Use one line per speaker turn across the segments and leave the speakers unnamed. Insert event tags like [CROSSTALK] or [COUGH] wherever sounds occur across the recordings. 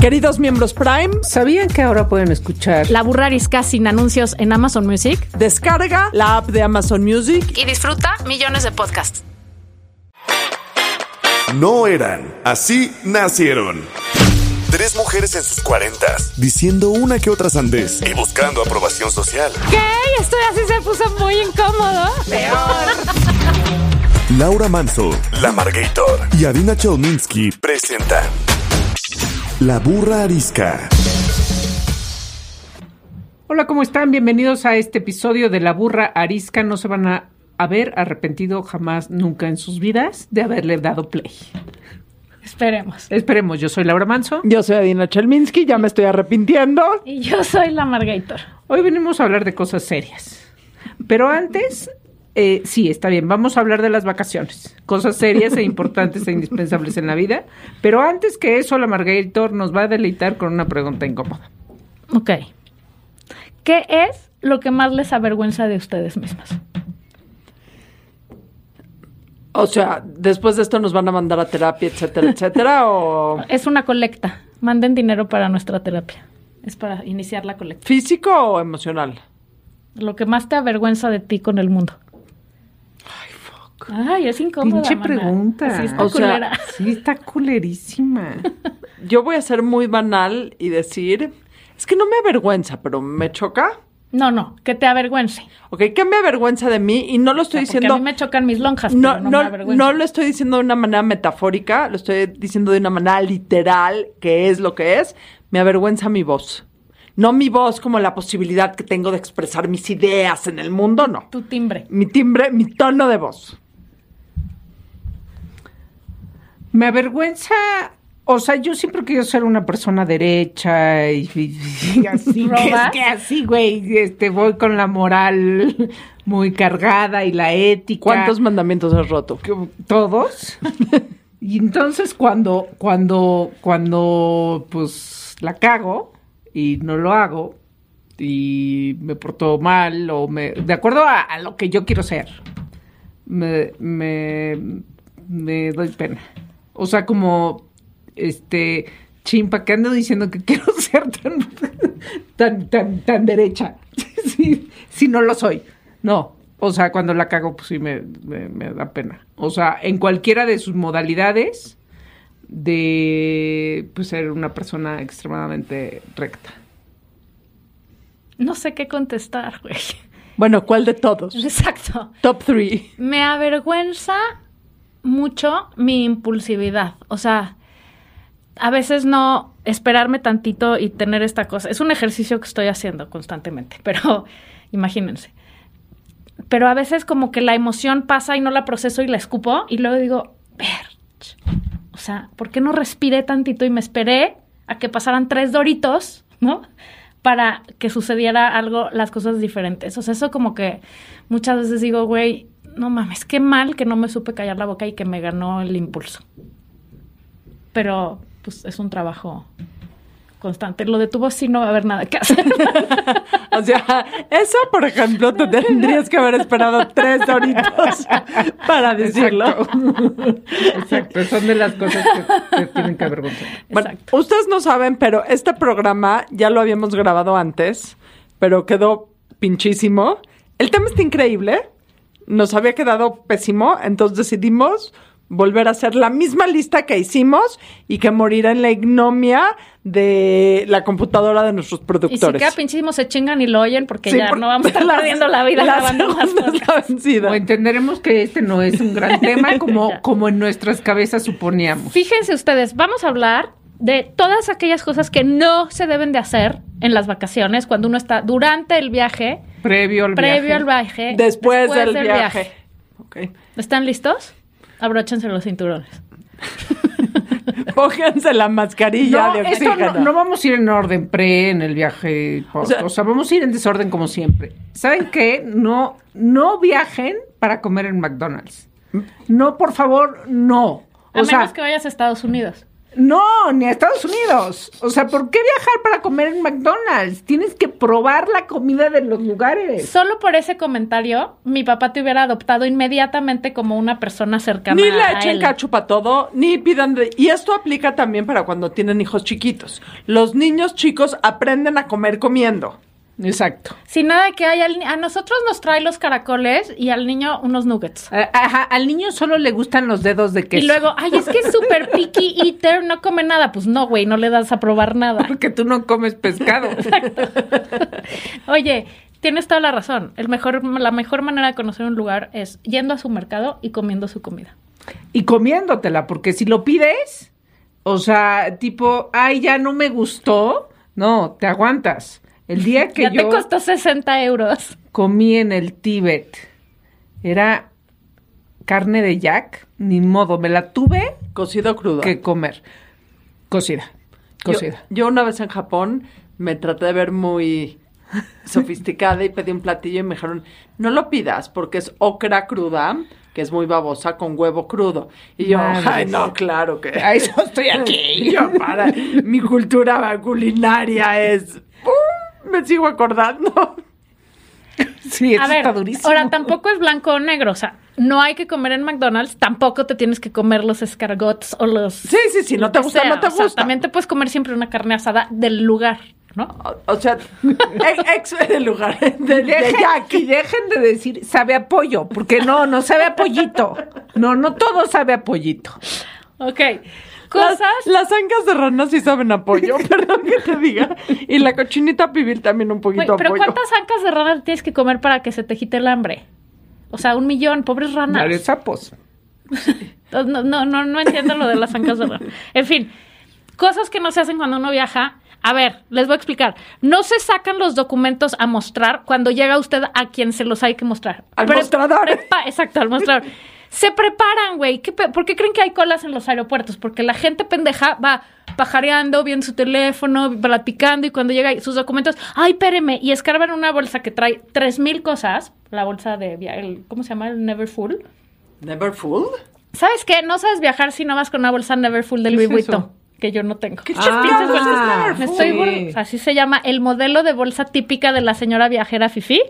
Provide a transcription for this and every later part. Queridos miembros Prime,
¿Sabían que ahora pueden escuchar
La burrarisca sin anuncios en Amazon Music
descarga la app de Amazon Music.
y disfruta millones de podcasts.
No eran, así nacieron. Tres mujeres en sus cuarentas, diciendo una que otra sandez y buscando aprobación social.
¿Qué? Esto así se puso muy incómodo.
Laura Manso, La Margator y Adina Chelminsky presentan La Burra Arisca.
Hola, ¿cómo están? Bienvenidos a este episodio de La Burra Arisca. No se van a haber arrepentido jamás, nunca en sus vidas de haberle dado play.
Esperemos.
Esperemos, yo soy Laura Manso.
Yo soy Adina Chelminsky, ya me estoy arrepintiendo.
Y yo soy la Margator.
Hoy venimos a hablar de cosas serias. Pero antes, eh, sí, está bien, vamos a hablar de las vacaciones. Cosas serias e importantes e indispensables en la vida. Pero antes que eso, la Margator nos va a deleitar con una pregunta incómoda.
Ok. ¿Qué es lo que más les avergüenza de ustedes mismas?
O sea, después de esto nos van a mandar a terapia, etcétera, etcétera, o
Es una colecta. Manden dinero para nuestra terapia. Es para iniciar la colecta.
físico o emocional.
Lo que más te avergüenza de ti con el mundo. Ay, fuck. Ay, es incómodo.
Pinche pregunta.
está
O sea,
culera.
Sí, está culerísima.
Yo voy a ser muy banal y decir, es que no me avergüenza, pero me choca.
No, no, que te avergüence.
Ok, ¿qué me avergüenza de mí? Y no lo estoy
Porque
diciendo...
a mí me chocan mis lonjas,
No,
pero no, me
no,
avergüenza.
no lo estoy diciendo de una manera metafórica, lo estoy diciendo de una manera literal, que es lo que es. Me avergüenza mi voz. No mi voz como la posibilidad que tengo de expresar mis ideas en el mundo, no.
Tu timbre.
Mi timbre, mi tono de voz.
Me avergüenza, o sea, yo siempre quiero ser una persona derecha y, y- y así, que, es
¿Robas?
que así, güey, este, voy con la moral muy cargada y la ética.
¿Cuántos mandamientos has roto?
Que- Todos. y entonces cuando, cuando, cuando, pues, la cago y no lo hago y me porto mal o me, de acuerdo a, a lo que yo quiero ser, me, me, me doy pena. O sea, como, este, chimpa, que ando diciendo que [LAUGHS] quiero ser tan, tan, tan, tan derecha. [LAUGHS] si, si no lo soy. No. O sea, cuando la cago, pues sí me, me- me da pena. O sea, en cualquiera de sus modalidades de pues, ser una persona extremadamente recta.
No sé qué contestar, güey. [LAUGHS]
Bueno, ¿cuál de todos?
Exacto.
Top three.
Me avergüenza mucho mi impulsividad. O sea, a veces no esperarme tantito y tener esta cosa. Es un ejercicio que estoy haciendo constantemente, [LAUGHS] pero imagínense. Pero a veces como que la emoción pasa y no la proceso y la escupo y luego digo, "Verge". o sea, ¿por qué no respiré tantito y me esperé a que pasaran tres doritos, [LAUGHS] ¿no? Para que sucediera algo, las cosas diferentes. O sea, eso como que muchas veces digo, güey, no mames, qué mal que no me supe callar la boca y que me ganó el impulso pero pues es un trabajo constante. Lo de tu voz sí no va a haber nada
[LAUGHS]
que hacer.
O sea, eso, por ejemplo, te tendrías que haber esperado tres horitos para decirlo.
Exacto, son de las cosas que te tienen que avergonzar.
Bueno,
Exacto.
ustedes no saben, pero este programa ya lo habíamos grabado antes, pero quedó pinchísimo. El tema está increíble, nos había quedado pésimo, entonces decidimos volver a hacer la misma lista que hicimos y que morirá en la ignomia de la computadora de nuestros
y si
productores.
queda pinchísimo, se chingan y lo oyen porque
Sí,
ya
porque
no vamos a estar
la-
perdiendo la vida
la
grabando más
segunda es la
podcasts.
vencida.
O entenderemos que este no es un gran [LAUGHS] tema como, como en nuestras cabezas suponíamos.
Fíjense ustedes, vamos a hablar de todas aquellas cosas que no se deben de hacer en las vacaciones cuando uno está durante el viaje,
Previo al
previo
viaje.
al viaje,
Después, del, viaje. Ok.
¿Están listos? Abróchense los cinturones.
Pónganse la mascarilla
No,
de
esto no-
oxígeno.
no, vamos a ir en orden pre en el viaje. post. O sea,
sea-
vamos a ir en desorden como siempre. ¿Saben qué? No, no viajen para comer en McDonald's. No, por favor, no.
A
O
menos
sea,
que vayas a Estados Unidos.
no, ni a Estados Unidos. O sea, ¿por qué viajar para comer en McDonald's? Tienes que probar la comida de los lugares.
Solo por ese comentario, mi papá te hubiera adoptado inmediatamente como una persona cercana
Ni le
a
echen
él.
cachupa todo, ni pidan... de- Y esto aplica también para cuando tienen hijos chiquitos. Los niños chicos aprenden a comer comiendo.
Exacto.
Sin nada que haya. al ni- A nosotros nos trae los caracoles y al niño unos nuggets.
A- Eh, Ajá, al niño solo le gustan los dedos de queso.
Y luego, ay, es que es súper picky eater, no come nada. Pues no, güey, no le das a probar nada.
[LAUGHS] Porque tú no comes pescado.
Oye, tienes toda la razón. El mejor, la mejor manera de conocer un lugar es yendo a su mercado y comiendo su comida.
y comiéndotela, porque si lo pides, o sea, tipo, ay, ya no me gustó, no, te aguantas. El día que
ya
yo
te costó 60 euros.
comí en el Tíbet, era carne de yak, ni modo, me la tuve
Cocido crudo.
que comer. Cocida,
Yo,
cocida.
yo una vez en Japón me traté de ver
[LAUGHS]
muy sofisticada y pedí un platillo y me dijeron, no lo pidas porque es ocra cruda, que es muy babosa, con huevo crudo. Y yo,
Madres.
ay, no, claro que...
[LAUGHS]
[LAUGHS]
A eso estoy aquí.
Y
[LAUGHS]
yo, para, mi cultura culinaria es... ¡Uh! me sigo acordando.
Sí, eso
a ver,
está durísimo.
ahora tampoco es blanco o negro. O sea, no hay que comer en McDonald's, tampoco te tienes que comer los escargots o los.
Sí, sí, sí, no
lo
te
que
gusta, no te
o sea,
gusta.
también te puedes comer siempre una carne asada del lugar, ¿no?
O, o
[LAUGHS]
sea, e- ex del lugar, de, de
Dejen,
Jack.
y dejen de decir sabe a pollo, porque no, no sabe a pollito. No, no todo sabe a pollito.
Ok. Cosas.
Las, las ancas de rana sí saben apoyo, [LAUGHS] perdón que te diga. Y la cochinita pibil también un
Güey,
poquito
pero
apoyo.
¿cuántas ancas de rana tienes que comer para que se te quite el hambre? O sea, un millón, pobres ranas.
Varios sapos.
No, no, no, no entiendo lo de las ancas de rana. En fin, cosas que no se hacen cuando uno viaja. A ver, les voy a explicar. No se sacan los documentos a mostrar cuando llega usted a quien se los hay que mostrar.
Al
Pre-
mostrador.
prepa- exacto, al mostrador. Se preparan, güey. ¿Qué pe- ¿Por qué creen que hay colas en los aeropuertos? Porque la gente pendeja va pajareando, viendo su teléfono, platicando y cuando llega sus documentos, ay, espéreme, y escarban una bolsa que trae tres mil cosas, la bolsa de, via- el- ¿cómo se llama? El Never Full.
¿Never fooled?
¿Sabes qué? No sabes viajar si no vas con una bolsa Never Full del
¿Qué es
Louis
eso?
Vuitton, que yo no tengo.
¿Qué
Ah,
Esas
chingados
pinches
es
bolsas.
Never
Me
Full?
estoy
Sí.
burlando. Así se llama el modelo de bolsa típica de la señora viajera Fifi.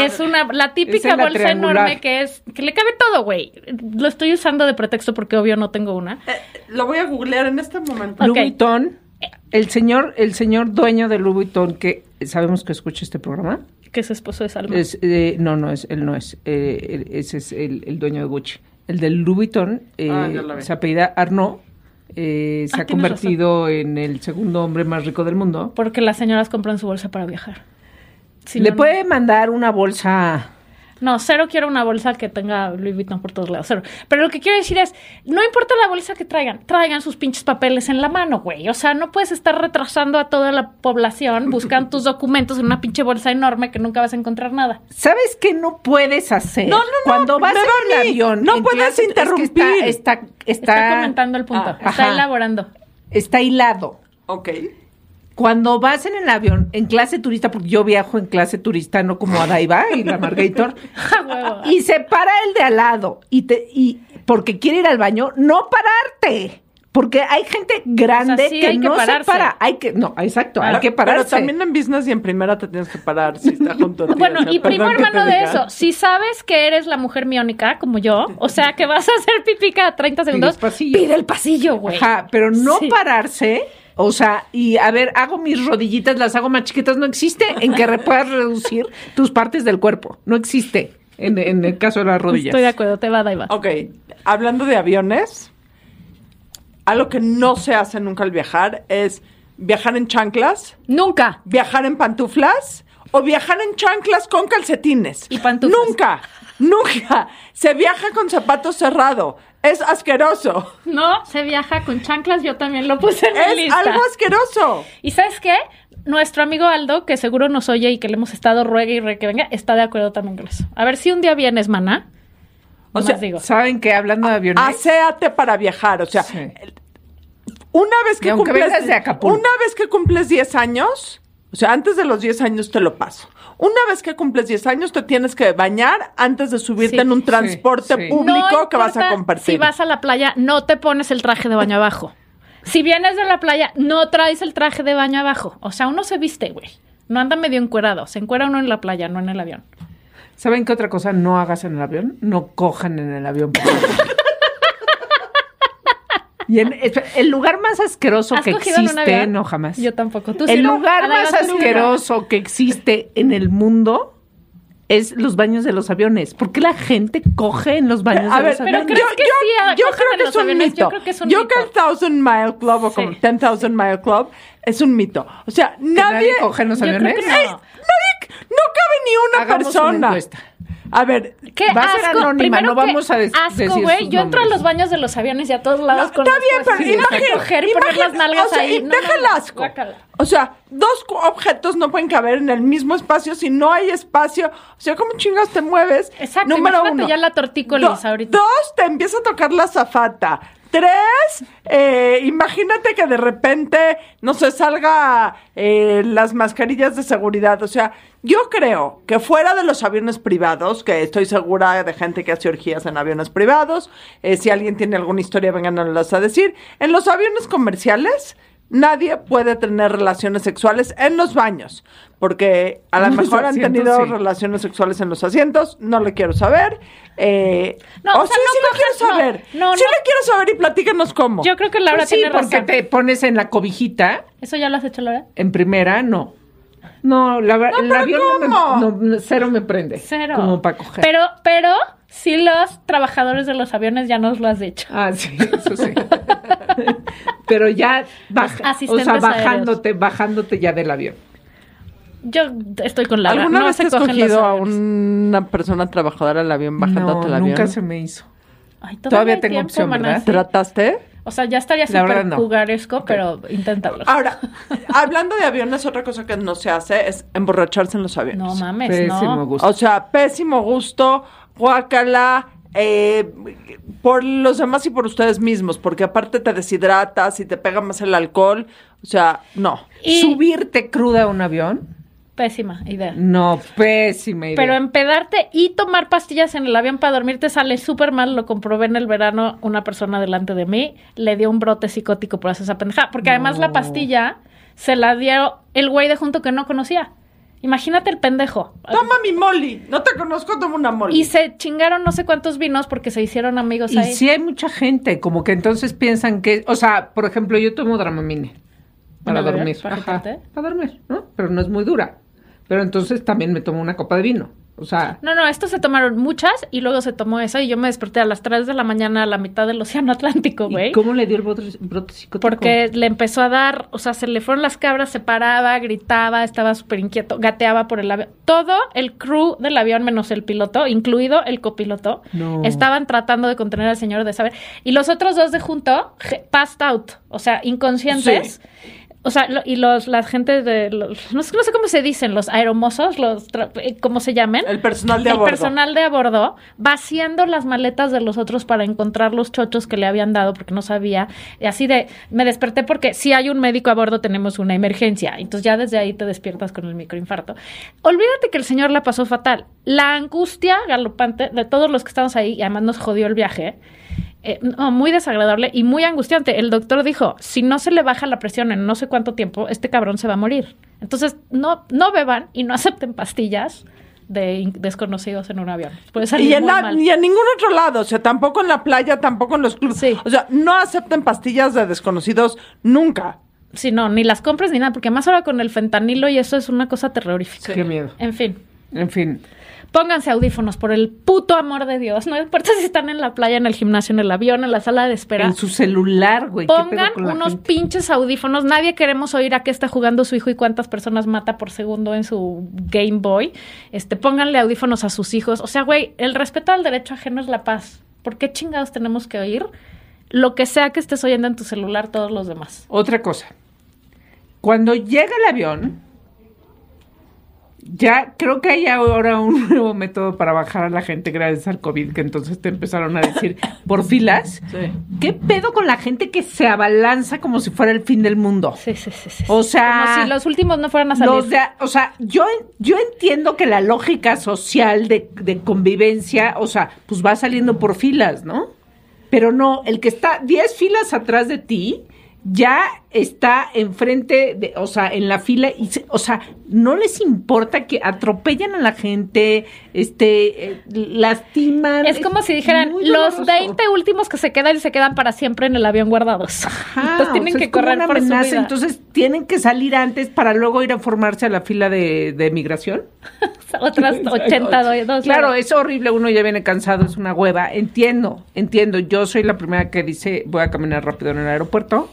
Es una la típica
Esa es la
bolsa
triangular.
enorme que es que le cabe todo, güey. Lo estoy usando de pretexto porque obvio no tengo una.
Eh, lo voy a googlear en este momento.
Ok.
Louis Vuitton, el señor, el señor dueño de Louis Vuitton, que sabemos que escucha este programa,
Que es esposo de Salma.
es, eh, no, no es, él no es, eh, él- ese es el, el dueño de Gucci. El del Louis Vuitton, eh,
Ah, ya la vi.
se apellida Arnaud, eh, se
Ah,
ha
tienes
convertido en el segundo hombre más rico del mundo.
Porque las señoras compran su bolsa para viajar. Si
Le
no, no.
puede mandar una bolsa
No, cero quiero una bolsa que tenga Louis Vuitton por todos lados, cero. Pero lo que quiero decir es, no importa la bolsa que traigan, traigan sus pinches papeles en la mano, güey. O sea, no puedes estar retrasando a toda la población buscando tus documentos en una pinche bolsa enorme que nunca vas a encontrar nada.
¿Sabes qué no puedes hacer?
No, no, no,
Cuando vas
me
en el
dormí.
avión.
No
en
puedes
clase, es que
interrumpir.
está, está,
Está,
está-
comentando el punto,
Ah,
está
ajá. [LAUGHS]
elaborando.
Está hilado.
Ok.
Cuando vas en el avión, en clase turista, porque yo viajo en clase turista, no como Adaiba y la Margator,
Ja, huevo.
y se para el de al lado, y te, y porque quiere ir al baño, no pararte. Porque hay gente grande
O sea, sí
que
hay que
no se
pararse.
para. Hay que, no, exacto, hay que pararse.
Pero también en business y en primera te tienes que parar si está junto a ti.
Bueno,
o sea,
y
perdón
primo
que te
hermano de
diga.
eso, si sabes que eres la mujer miónica, como yo, o sea, que vas a hacer pipí cada 30 segundos,
pasillo.
pide el pasillo, güey.
Ajá, pero no
Sí.
pararse. O sea, y a ver, hago mis rodillitas, las hago más chiquitas. No existe en que re- puedas reducir tus partes del cuerpo. No existe en, en el caso de las rodillas.
Estoy de acuerdo, te va, Daiva.
Ok, hablando de aviones, algo que no se hace nunca al viajar es viajar en chanclas,
Nunca.
viajar en pantuflas o viajar en chanclas con calcetines.
Y pantuflas.
Nunca, nunca. Se viaja con zapato cerrado. Es asqueroso.
No, se viaja con chanclas, yo también lo puse en mi
Es
lista.
algo asqueroso.
Y ¿sabes qué? Nuestro amigo Aldo, que seguro nos oye y que le hemos estado ruegue y ruegue que venga, está de acuerdo también con eso. A ver si un día vienes, maná.
O
Nomás
sea,
digo. Ah,
¿Saben que hablando de aviones?
Aseate para viajar. O sea,
Sí.
el- Una vez
Y
que
aunque
cumples
vengas de Acapulco.
una vez que cumples 10 años, o sea, antes de los 10 años te lo paso. Una vez que cumples 10 años te tienes que bañar antes de subirte
Sí.
en un transporte
sí.
público
No
que vas a
importa
compartir.
Si vas a la playa, no te pones el traje de baño abajo. Si vienes de la playa, no traes el traje de baño abajo. O sea, uno se viste, güey. No anda medio encuerado. Se encuera uno en la playa, no en el avión.
¿Saben qué otra cosa no hagas en el avión? No cojan en el avión. por favor.
[LAUGHS]
y en- esp- el lugar más asqueroso
¿Has
que
cogido en un
existe,
avión?
no jamás.
Yo tampoco. ¿Tú sí,
el
no?
lugar
Además,
más
tú sí, no.
asqueroso que existe en el mundo es los baños de los aviones. ¿por qué la gente coge en los baños
A
de
ver,
los
pero
aviones?
yo,
¿crees que sí
yo- yo
acogen
creo
en
que
los
es un
aviones?
mito.
Yo creo que es un mito.
el Thousand Mile Club o como
Sí.
Ten Thousand Mile Club es un mito. O sea,
¿Que nadie
nadie,
coge en los
Yo creo
aviones.
que
Ey,
No.
nadie- no cabe ni una
Hagamos una
persona.
encuesta.
a ver,
Qué
Va a ser
asco.
anónima,
Primero
no
que
vamos a des- decir
asco,
sus
güey. Yo entro a
nombres.
los baños de los aviones y a todos
No,
lados
está
con las
bien, pero
cosas así,
imagínate,
coger y poner las
imagínate,
nalgas
o sea,
ahí.
y
No,
deja
no,
el
no,
asco.
guácala.
O sea, dos cu- objetos no pueden caber en el mismo espacio si no hay espacio. O sea, ¿cómo chingas te mueves?
Exacto,
Número
imagínate
uno.
ya la tortícolis
Do-
ahorita.
Dos, te empieza a tocar la zafata. Tres, eh, imagínate que de repente, no sé, salga eh, las mascarillas de seguridad. O sea, yo creo que fuera de los aviones privados, que estoy segura de gente que hace orgías en aviones privados, eh, si alguien tiene alguna historia, vénganos a decir. En los aviones comerciales, nadie puede tener relaciones sexuales en los baños, porque a lo
En los
mejor han
asientos,
tenido
sí.
relaciones sexuales en los asientos, no le quiero saber. Eh,
No,
o
o sea,
sí,
no
sí lo quiero
coges, no,
saber.
no,
sí
no.
le quiero saber y platícanos cómo.
Yo creo que Laura
Pues sí,
tiene
porque
razón.
te pones en la cobijita,
¿Eso ya lo has hecho, Laura?
en primera, no. No, la, verdad, el
pero
avión no
¿cómo?
me, no, no, cero me prende.
Cero.
Como para coger.
Pero, pero, si los trabajadores de los aviones ya nos lo has dicho.
Ah, sí, eso sí. Pero ya baja- o
asistentes
sea,
aéreos.
bajándote, bajándote ya del avión.
Yo estoy con Laura.
¿Alguna
no
vez
se
has
cogen los
cogido a
aviones.
una persona trabajadora del avión bajándote
no,
del avión?
nunca se me hizo.
Ay,
Todavía
hay
tengo
tiempo,
opción,
maná,
¿verdad?
sí.
¿Trataste?
O sea, ya estaría
La verdad,
súper
no.
jugaresco, pero inténtalo.
Ahora, [LAUGHS] hablando de aviones, otra cosa que no se hace es emborracharse en los aviones.
no mames,
Pésimo
no.
gusto.
O sea, pésimo gusto, guácala, eh, por los demás y por ustedes mismos, porque aparte te deshidratas y te pega más el alcohol. O sea, no.
Y
Subirte cruda a un avión,
pésima idea.
no, pésima idea.
Pero empedarte y tomar pastillas en el avión para dormir te sale súper mal. Lo comprobé en el verano. Una persona delante de mí le dio un brote psicótico por hacer esa pendejada. Porque además la pastilla se la dio el güey de junto que no conocía. Imagínate el pendejo.
Toma mi molly. No te conozco, toma una molly.
Ah. Y se chingaron no sé cuántos vinos porque se hicieron amigos
y
ahí.
sí hay mucha gente, como que entonces piensan que, o sea, por ejemplo, yo tomo Dramamine para
¿Una bebé?
dormir,
¿Para
Ajá,
quitarte?
para dormir, ¿no? Pero no es muy dura. Pero entonces también me tomo una copa de vino, o sea,
No, no, estos se tomaron muchas y luego se tomó esa y yo me desperté a las 3 de la mañana a la mitad del Océano Atlántico,
¿y
güey.
¿cómo le dio el brote, brote psicótico?
Porque le empezó a dar, o sea, se le fueron las cabras, se paraba, gritaba, estaba súper inquieto, gateaba por el avión. Todo el crew del avión, menos el piloto, incluido el copiloto,
No.
estaban tratando de contener al señor de saber. Y los otros dos de junto, je- passed out, o sea, inconscientes. O sea, lo- y los, las gentes de los, no sé, no sé cómo se dicen, los aeromosos, los, tra- eh, ¿cómo se llamen?
el personal de a
el
bordo.
personal de a bordo vaciando las maletas de los otros para encontrar los chochos que le habían dado porque no sabía. Y así de, me desperté porque si hay un médico a bordo tenemos una emergencia. Entonces ya desde ahí te despiertas con el microinfarto. Olvídate que el señor la pasó fatal. La angustia galopante de todos los que estamos ahí, y además nos jodió el viaje. eh, no, muy desagradable y muy angustiante. El doctor dijo, si no se le baja la presión en no sé cuánto tiempo, este cabrón se va a morir. Entonces, no, no beban y no [LAUGHS] acepten pastillas de in- desconocidos en un avión. Puede salir
Y en,
muy
la-
mal.
y en ningún otro lado, o sea, tampoco en la playa, tampoco en los clubes.
Sí.
O sea, no acepten pastillas de desconocidos nunca.
Sí, no, ni las compres ni nada, porque más ahora con el fentanilo y eso es una cosa terrorífica.
Qué miedo.
En fin,
En fin,
pónganse audífonos por el puto amor de Dios. No importa si están en la playa, en el gimnasio, en el avión, en la sala de espera.
en su celular, güey. ¿qué pedo
Pongan
con la
unos
gente?
pinches audífonos. Nadie queremos oír a qué está jugando su hijo y cuántas personas mata por segundo en su Game Boy. Este, pónganle audífonos a sus hijos. O sea, güey, el respeto al derecho ajeno es la paz. ¿Por qué chingados tenemos que oír lo que sea que estés oyendo en tu celular todos los demás?
Otra cosa. Cuando llega el avión, Ya creo que hay ahora un [LAUGHS] nuevo método para bajar a la gente gracias al COVID, que entonces te empezaron a decir por filas.
Sí.
¿Qué pedo con la gente que se abalanza como si fuera el fin del mundo?
Sí, sí, sí, sí.
O sea,
Como si los últimos no fueran a salir.
Los de- o sea, yo, en- yo entiendo que la lógica social de, de convivencia, o sea, pues va saliendo por filas, ¿no? Pero no, el que está 10 filas atrás de ti ya está enfrente, de, o sea, en la fila, y se- o sea, no les importa que atropellan a la gente, este, eh, lastiman.
Es como si dijeran,
muy
los
doloroso.
20 últimos que se quedan y se quedan para siempre en el avión guardados. [LAUGHS]
Ajá,
Entonces pues tienen
o sea, es
que
como
correr
una
por su
amenaza,
vida.
Entonces tienen que salir antes para luego ir a formarse a la fila de, de migración. [LAUGHS]
Otras 80, do- dos
Claro,
horas.
es horrible, uno ya viene cansado, es una hueva. Entiendo, entiendo. Yo soy la primera que dice voy a caminar rápido en el aeropuerto.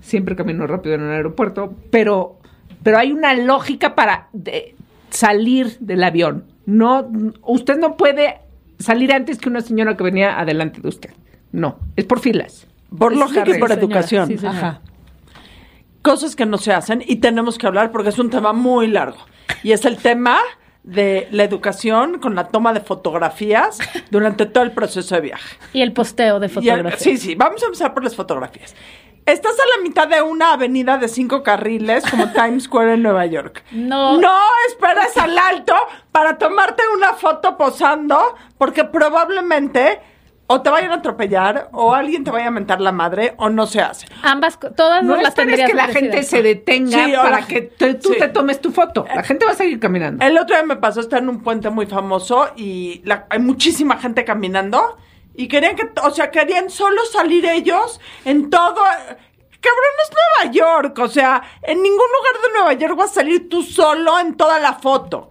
Siempre camino rápido en el aeropuerto, pero, pero hay una lógica para de- salir del avión. No, usted no puede salir antes que una señora que venía adelante de usted. No, es por filas.
Por
Es
lógica y
carrera.
por
Sí, señora.
educación.
Sí, señora.
Ajá. Cosas que no se hacen y tenemos que hablar porque es un tema muy largo. Y es el tema de la educación con la toma de fotografías durante todo el proceso de viaje.
Y el posteo
Y
de
el-
fotografía.
sí, sí, vamos a empezar por las fotografías. Estás a la mitad de una avenida de cinco carriles
[LAUGHS]
como Times Square en Nueva York.
No.
No esperes al alto para tomarte una foto posando porque probablemente o te vayan a atropellar o alguien te vaya a mentar la madre o no se hace.
Ambas, co- todas
No
nos las
esperes
tendrías
que la
merecidas.
gente se detenga
Sí, o
para
la-
que te- tú
sí.
te tomes tu foto.
Eh.
La gente va a seguir caminando.
El otro día me pasó, está en un puente muy famoso y la- hay muchísima gente caminando y querían que, o sea, querían solo salir ellos en todo. Cabrón, es Nueva York, o sea, en ningún lugar de Nueva York vas a salir tú solo en toda la foto.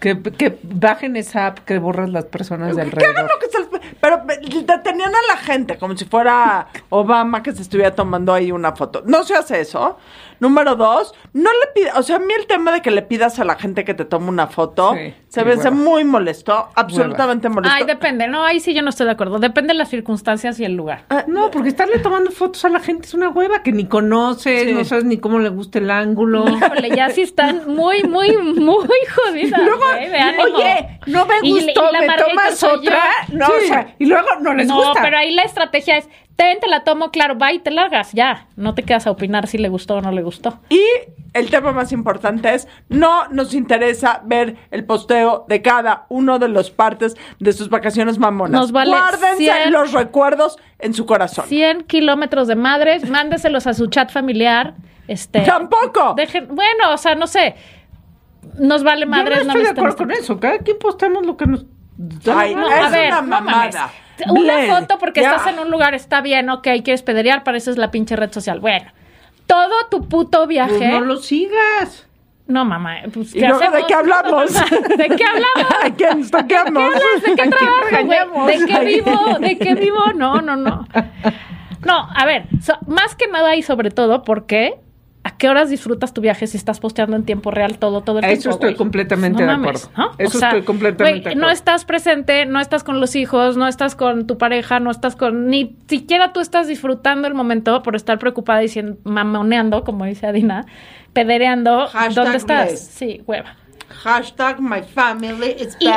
Que, que bajen esa app que borras las personas de
Que hagan
alrededor.
lo que se les- Pero detenían a la gente como si fuera Obama que se estuviera tomando ahí una foto. No se hace eso. Número dos, no le pidas, o sea, a mí el tema de que le pidas a la gente que te tome una foto
Sí,
se
sí,
me hace
hueva.
muy molesto, absolutamente molesto.
Ay, depende. No, ahí sí yo no estoy de acuerdo. Depende de las circunstancias y el
[LAUGHS]
lugar.
No, porque estarle tomando fotos a la gente es una hueva que ni conoces,
Sí.
no sabes ni cómo le gusta el ángulo.
[LAUGHS]
[LAUGHS]
Híjole, ya sí están muy, muy, muy jodidas.
Luego,
güey, de ánimo.
oye, no me
Y- y
gustó,
la
me
Margarita
tomas
soy yo.
otra. No, o sea, y luego no les
no,
gusta.
pero ahí la estrategia es, ten, te la tomo, claro, va y te largas, ya. No te quedas a opinar si le gustó o no le gustó.
Y el tema más importante es, no nos interesa ver el posteo de cada uno de los partes de sus vacaciones mamonas.
Nos vale
Guárdense
cien-
los recuerdos en su corazón.
100 kilómetros de madres, mándeselos a su chat familiar. Este,
¡Tampoco!
Dejen, bueno, o sea, no sé. Nos vale
Yo
madres,
no estoy de
necesitamos
acuerdo con eso. Cada quien postemos lo que nos. da
Ay,
la
No,
gana.
a
Es
ver,
una
no mames.
mamada.
Una
Blair,
foto porque
ya.
estás en un lugar está bien, ok, quieres pederear, para eso es la pinche red social. Bueno, todo tu puto
Pues
viaje.
no
no,
lo sigas.
mamá, pues,
¿Y luego de qué hablamos?
[LAUGHS] ¿De qué
¿A [LAUGHS]
hablamos?
quién nos toquemos?
Pues, ¿De qué trabajo,
regañamos?
güey? ¿De qué vivo? ¿De qué vivo? No, no, no. No, a ver, so- más que nada y sobre todo porque ¿a qué horas disfrutas tu viaje si estás posteando en tiempo real todo, todo el
Eso
tiempo?
estoy
güey?
completamente de acuerdo. Eso estoy completamente
güey,
de
No
acuerdo.
estás presente, no estás con los hijos, no estás con tu pareja, no estás con... Ni siquiera tú estás disfrutando el momento por estar preocupada y siendo- mamoneando, como dice Adina, pedereando.
Hashtag
¿Dónde estás?
Bless.
Sí, hueva.
[LAUGHS] Hashtag my family is
Y,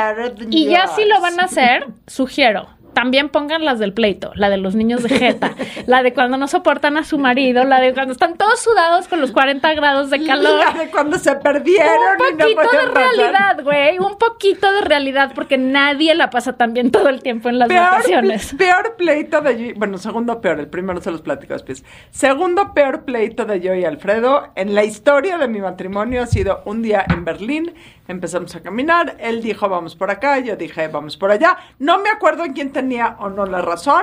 y ya si lo van a hacer, sugiero. También pongan las del pleito, la de los niños
[LAUGHS]
de jeta, la de cuando no soportan a su marido, la de cuando están todos sudados con los 40 grados de calor.
La de cuando se perdieron
Un
y no
poquito de
podían pasar.
realidad, güey. Un poquito de realidad, porque nadie la pasa tan bien todo el tiempo en las
Peor,
vacaciones.
peor pleito de Yo- Bueno, segundo peor, el primero se los platico después. Segundo peor pleito de yo y Alfredo en la historia de mi matrimonio ha sido un día en Berlín. Empezamos a caminar. Él dijo, vamos por acá. Yo dije, vamos por allá. No me acuerdo quién tenía o no la razón,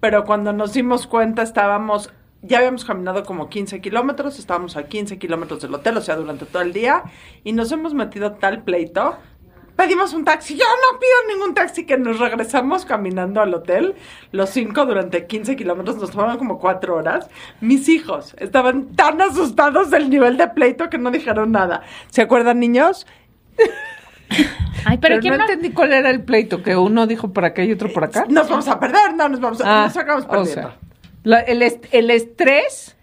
pero cuando nos dimos cuenta estábamos. Ya habíamos caminado como 15 kilómetros, estábamos a 15 kilómetros del hotel, o sea, durante todo el día, y nos hemos metido tal pleito Pedimos un taxi. Yo no pido ningún taxi que nos regresamos caminando al hotel. Los cinco durante 15 kilómetros nos tomaron como cuatro horas. Mis hijos estaban tan asustados del nivel de pleito que no dijeron nada. ¿Se acuerdan, niños?
Ay, pero,
Pero,
¿quién
no
más?
entendí cuál era el pleito, que uno dijo por acá y otro por acá.
Nos vamos a perder, no nos vamos a.
Ah,
nos acabamos
o
perdiendo.
sea, la- el, est- el estrés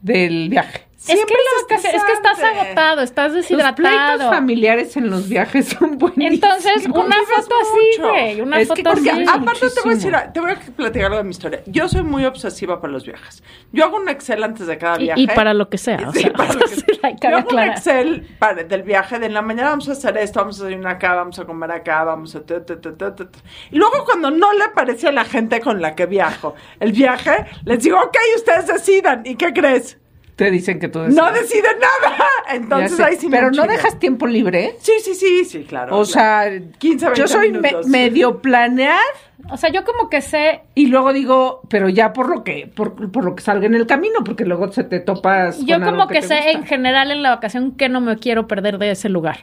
del viaje.
Es que,
Siempre
la
es
vacación- es que estás
estresante.
agotado, estás
Los pleitos
deshidratado.
familiares en los viajes son buenísimos.
Entonces, una
Convives
foto así,
mucho.
güey. Una
Es que
foto
porque
así.
Sí,
Aparte te voy a decir,
muchísimo.
te voy a platicar algo de mi historia. Yo soy muy obsesiva para los viajes. Yo hago un Excel antes de cada
Y- y
viaje.
para lo que sea, o
Sí, [LAUGHS]
sea,
para lo que
[LAUGHS] sí,
sea.
hay que
Yo hago un
aclarar.
Excel para- del viaje de en la mañana vamos a hacer esto, vamos a desayunar acá, vamos a comer acá, vamos a... ta, ta, ta, ta, ta, ta. Y luego cuando no le parece a la gente con la que viajo el viaje, les digo, ok, ustedes decidan. ¿Y qué crees?
Te dicen que todo es.
No deciden nada.
Pues Ya
Entonces
sé,
ahí sí me
Pero no
enchilo.
dejas tiempo libre. ¿eh?
Sí, sí, sí, sí, claro.
O sea,
15, 20
yo soy me-
minutos.
medio planear
O sea, yo como que sé.
y luego digo, pero ya por lo que por, por lo que salga en el camino, porque luego se te topas.
Yo
con algo
como que,
te
sé
gusta.
en general en la vacación que no me quiero perder de ese lugar.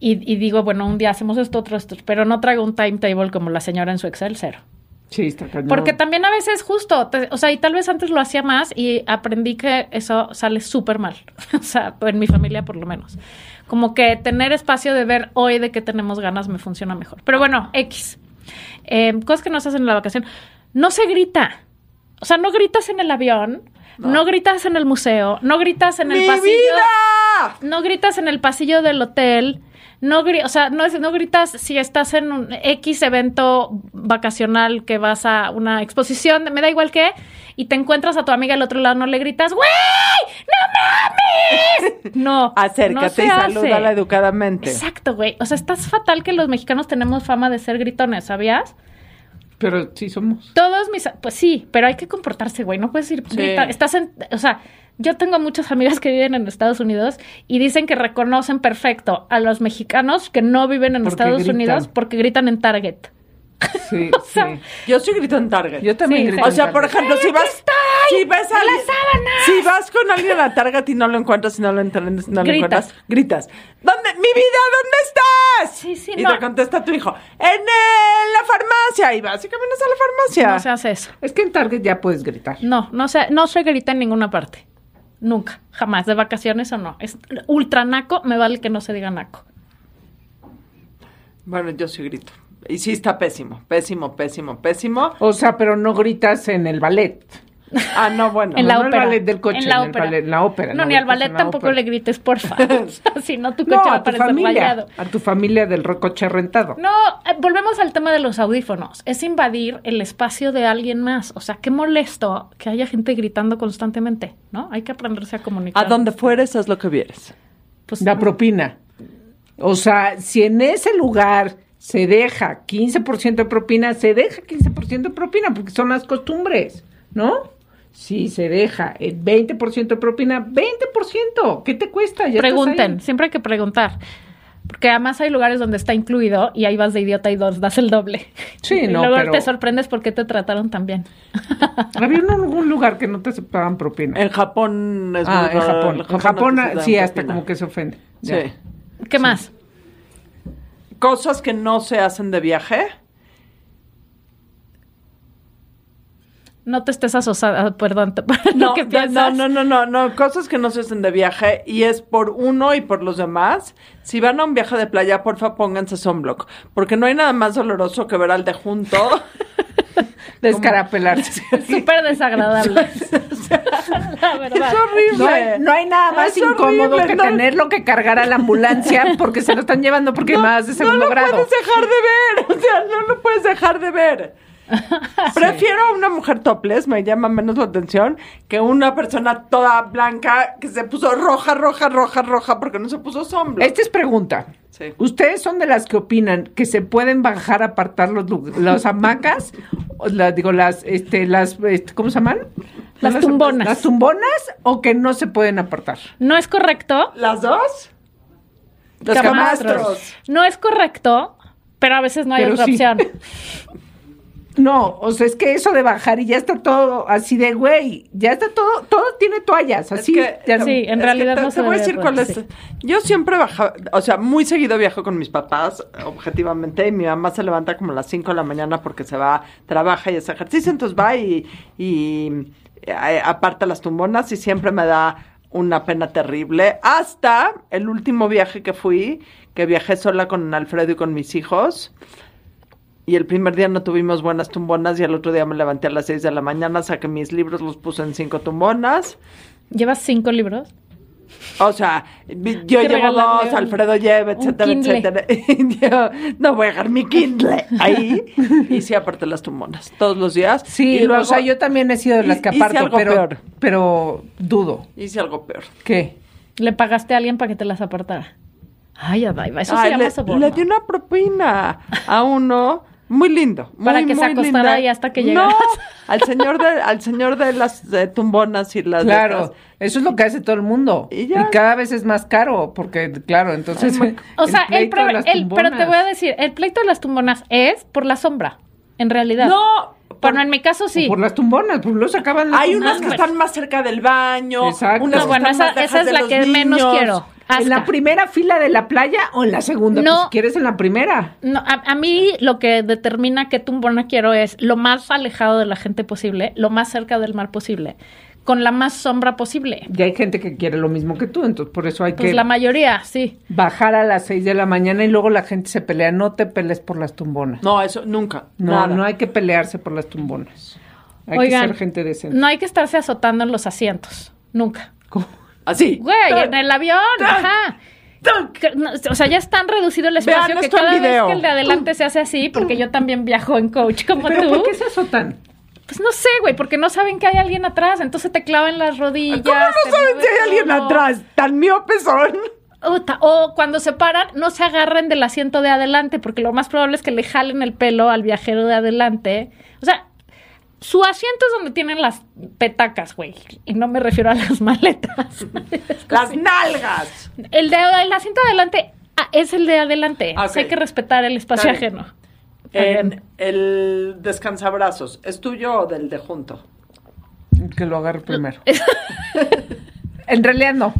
Y, y digo, bueno, un día hacemos esto, otro esto, pero no traigo un timetable como la señora en su Excel, cero.
Sí, está cañón.
Porque también a veces justo, te- o sea, y tal vez antes lo hacía más y aprendí que eso sale súper mal, [LAUGHS] o sea, en mi familia por lo menos. Como que tener espacio de ver hoy de qué tenemos ganas me funciona mejor. Pero bueno, X. Eh, cosas que no se hacen en la vacación. No se grita. O sea, no gritas en el avión, no, gritas en el museo, no gritas en el
¡Mi
pasillo
vida!
no gritas en el pasillo del hotel, no, gri- o sea, no, es- no gritas si estás en un X evento vacacional que vas a una exposición, me da igual qué, y te encuentras a tu amiga al otro lado, no le gritas, ¡Güey! ¡No mames!
[LAUGHS]
No. no
Acércate
se
y
hace.
salúdala educadamente.
Exacto, güey. O sea, estás fatal que los mexicanos tenemos fama de ser gritones, ¿sabías?
Pero sí somos.
Todos mis. Pues sí, pero hay que comportarse, güey. No puedes ir. grita- Estás en. O sea, yo tengo muchas amigas que viven en Estados Unidos y dicen que reconocen perfecto a los mexicanos que no viven en
Porque
Estados
gritan.
Unidos porque gritan en Target. [LAUGHS]
Sí,
sea,
sí.
Yo soy grito en Target.
Yo también
Sí,
grito
sí.
o
en
sea, por
Target.
ejemplo, si vas, si vas a
en
alguien-
las sábanas.
si vas con alguien a la Target y no lo encuentras, y no lo entiendes, no lo
Gritas.
encuentras, gritas. ¿Dónde, mi vida, dónde estás?
Sí, sí,
y
no.
te contesta tu hijo, en eh, la farmacia. Y vas y caminas a la farmacia.
Ah.
No se hace eso.
Es que en Target ya puedes gritar.
No, no se, no se grita en ninguna parte. Nunca, jamás, de vacaciones o no. Es ultra naco, me vale que no se diga naco.
Bueno, yo sí grito. Y sí está pésimo, pésimo, pésimo, pésimo.
O sea, pero no gritas en el ballet.
Ah, no, bueno.
en la
no el
ópera.
ballet del coche,
en la
en el
ópera.
ballet- en la ópera,
No,
no,
ni al
gritas en
ballet
la
tampoco
ópera.
le grites, porfa.
[LAUGHS]
O sea, si no, tu coche
No,
va a
a tu
parecer
familia.
rayado.
A tu familia del ro- coche rentado.
No, eh, volvemos al tema de los audífonos. Es invadir el espacio de alguien más. O sea, qué molesto que haya gente gritando constantemente, ¿no? Hay que aprenderse a
A
comunicar.
donde fueres, haz lo que vieres.
Pues,
La propina. O sea, si en ese lugar se deja 15% de propina, se deja 15% de propina, porque son las costumbres, ¿no? Si se deja el 20% de propina, 20%. ¿Qué te cuesta? Ya
mm,
estás
pregunten,
ahí.
siempre hay que preguntar. Porque además hay lugares donde está incluido y ahí vas de idiota y dos, das el doble.
Sí,
[LAUGHS] y
no,
luego
pero-
te sorprendes por qué te trataron tan bien.
Había un- algún lugar que no te aceptaban propina.
En Japón es
ah,
muy
en
raro,
Japón.
en
En
no
Japón,
te
ah,
dan
sí, hasta
propina.
como que se ofende. Ya.
Sí.
¿Qué más?
cosas que no se hacen de viaje.
No te estés asosada, perdón, te- [LAUGHS] lo
[LAUGHS]
No,
que
no,
piensas.
no, no, no, no, cosas que no se hacen de viaje y es por uno y por los demás. Si van a un viaje de playa, porfa, pónganse sunblock, porque no hay nada más doloroso que ver al de
[LAUGHS]
junto. [LAUGHS]
Descarapelarse.
Súper
[LAUGHS]
desagradable. [LAUGHS] La verdad.
es horrible.
No hay, no hay nada más
Es
incómodo
horrible,
que
no.
tenerlo que cargar a la ambulancia porque se lo están llevando porque más de
No
segundo
lo
grado.
puedes dejar de ver, o sea, no lo puedes dejar de
[LAUGHS]
ver. Prefiero a una mujer topless, me llama menos la atención, que una persona toda blanca que se puso roja, roja, roja, roja porque no se puso sombra.
Esta es pregunta.
Sí.
¿Ustedes son de las que opinan que se pueden bajar a apartar los, lu- las hamacas? O la- digo, las, este, las, este, ¿cómo se llaman?
Las
No
tumbonas.
Las tumbonas o que no se pueden apartar.
No es correcto.
¿Las dos? Los
Camastros.
camastros.
No es correcto, pero a veces no hay
Pero
otra
sí.
opción.
No, o sea, es que eso de bajar y ya está todo así de güey, ya está todo, todo tiene toallas,
Es
así.
que- eh,
ya-
sí. en
es que
realidad
te,
no
te
se
voy a
debería
decir cuál
poder,
es. Yo siempre bajaba, o sea, muy seguido viajo con mis papás, objetivamente, y mi mamá se levanta como a las 5 de la mañana porque se va, trabaja y hace ejercicio, entonces va y, y, eh, aparta las tumbonas y siempre me da una pena terrible. Hasta el último viaje que fui, que viajé sola con Alfredo y con mis hijos. Y el primer día no tuvimos buenas tumbonas y al otro día me levanté a las 6 de la mañana, saqué mis libros, los puse en cinco tumbonas
¿Llevas cinco libros?
O sea, vi- yo
Que
llevo
regalarle
dos,
un-
Alfredo lleva,
un
etcétera,
Kindle.
etcétera. [LAUGHS] Y yo no voy a dejar mi Kindle ahí.
[LAUGHS]
Y sí, aparte las tumonas, todos los días.
Sí,
y luego
o sea, yo también he sido de las
hi-
que
hice
aparto,
algo
pero,
peor.
pero dudo.
hice algo peor.
¿Qué?
¿Le pagaste a alguien para que te las apartara? Ay, Adaiva, eso
Ay,
se llama
le- le,
soborno.
di una propina a uno muy lindo. muy,
[LAUGHS] Para que se
muy
acostara
linda.
ahí hasta que
No,
llegaras.
[LAUGHS] al señor de, al señor de las eh, tumbonas y las de
Claro,
estas.
eso es lo que hace todo el mundo.
Y
Y,
ya.
cada vez es más caro, porque, claro, entonces. [LAUGHS]
O sea, el
pleito de
pre-
las
el- pero te
tumbonas.
voy a decir, el pleito de las tumbonas es por la sombra, en realidad.
No,
Bueno, en mi caso sí.
O Por las tumbonas, pues los acaban las
hay unas
tumbonas.
que están más cerca del baño,
Exacto.
unas
No,
que
bueno,
están más
esa,
lejas
esa es
de
la
los
que menos
niños.
quiero.
¿En
Asca.
la primera fila de la playa o en la segunda?
No.
Pues, ¿Quieres en la primera?
No, a, a mí lo que determina qué tumbona quiero es lo más alejado de la gente posible, lo más cerca del mar posible, con la más sombra posible.
Ya hay gente que quiere lo mismo que tú, entonces por eso hay
Pues
que
la mayoría, sí.
bajar a las 6 de la mañana y luego la gente se pelea. No te pelees por las tumbonas.
No, eso nunca.
No,
nada.
no hay que pelearse por las tumbonas. Hay que ser gente decente.
no hay que estarse azotando en los asientos, nunca.
¿Cómo?
Así.
Güey, en el avión,
¡Tan!
ajá.
¡Tan!
Que no- O sea, ya es tan reducido el espacio
Vean
que
esto en
cada vez
video.
que el de adelante se hace así, porque yo también viajo en coach como
¿Pero
tú.
por qué se azotan?
Pues no sé, güey, porque no saben que hay alguien atrás, entonces te clavan las rodillas.
¿Cómo
te
no saben
mueven
si hay alguien
todo.
atrás? Tan miopes
[LAUGHS]
son.
Uta, O cuando se paran, no se agarren del asiento de adelante, porque lo más probable es que le jalen el pelo al viajero de adelante. O sea, su asiento es donde tienen las petacas, güey. Y no me refiero a las [LAUGHS] maletas.
Las nalgas.
El, de, el asiento de adelante ah, es el de adelante.
Ah,
O sea,
ok.
hay que respetar el espacio
Está bien.
ajeno.
En el descansabrazos. ¿Es tuyo o del de junto?
Que lo agarre primero.
[LAUGHS]
en realidad no.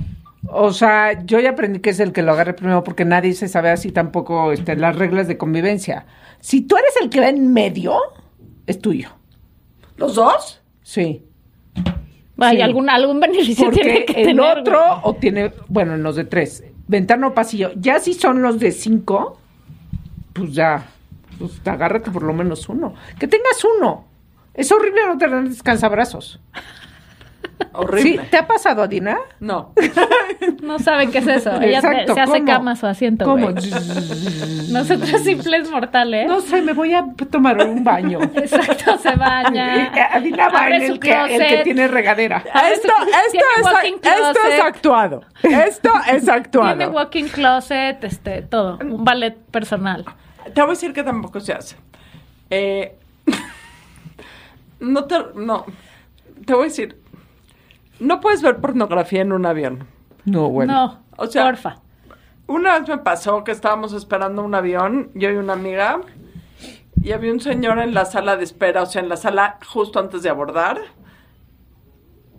O sea, yo ya aprendí que es el que lo agarre primero porque nadie se sabe así tampoco este, las reglas de convivencia. Si tú eres el que va en medio, es tuyo.
¿Los dos?
Sí.
Hay
Sí.
algún, algún beneficio tiene
Porque
que
el
tener,
otro
güey.
o tiene, bueno, en los de tres, ventana o pasillo. Ya si son los de cinco, pues ya, pues agárrate por lo menos uno. Que tengas uno. Es horrible no tener descansabrazos.
Horrible.
Sí, ¿te ha pasado, Adina?
[LAUGHS]
No.
No saben qué es eso. Ella te-
Exacto,
se hace
¿cómo?
cama a su asiento.
¿Cómo?
güey.
[LAUGHS]
Nosotros simples mortales.
No sé, me voy a tomar un
[LAUGHS]
baño.
Exacto, se
[LAUGHS]
baña.
Adina va en
abre
el
su
que, el que
closet.
tiene regadera.
Abre
Esto,
su-
esto,
tiene
es,
walking
esto es
closet.
actuado.
[LAUGHS]
Esto es
Tiene
actuado.
walking closet, este, todo.
Mm.
Un ballet personal.
Te voy a decir que tampoco se hace. Eh, [LAUGHS] no te. No. Te voy a decir. No puedes ver pornografía en un avión.
No, bueno.
no,
o sea-
porfa.
Una vez me pasó que estábamos esperando un avión, yo y una amiga, y había un señor en la sala de espera, o sea, en la sala justo antes de abordar,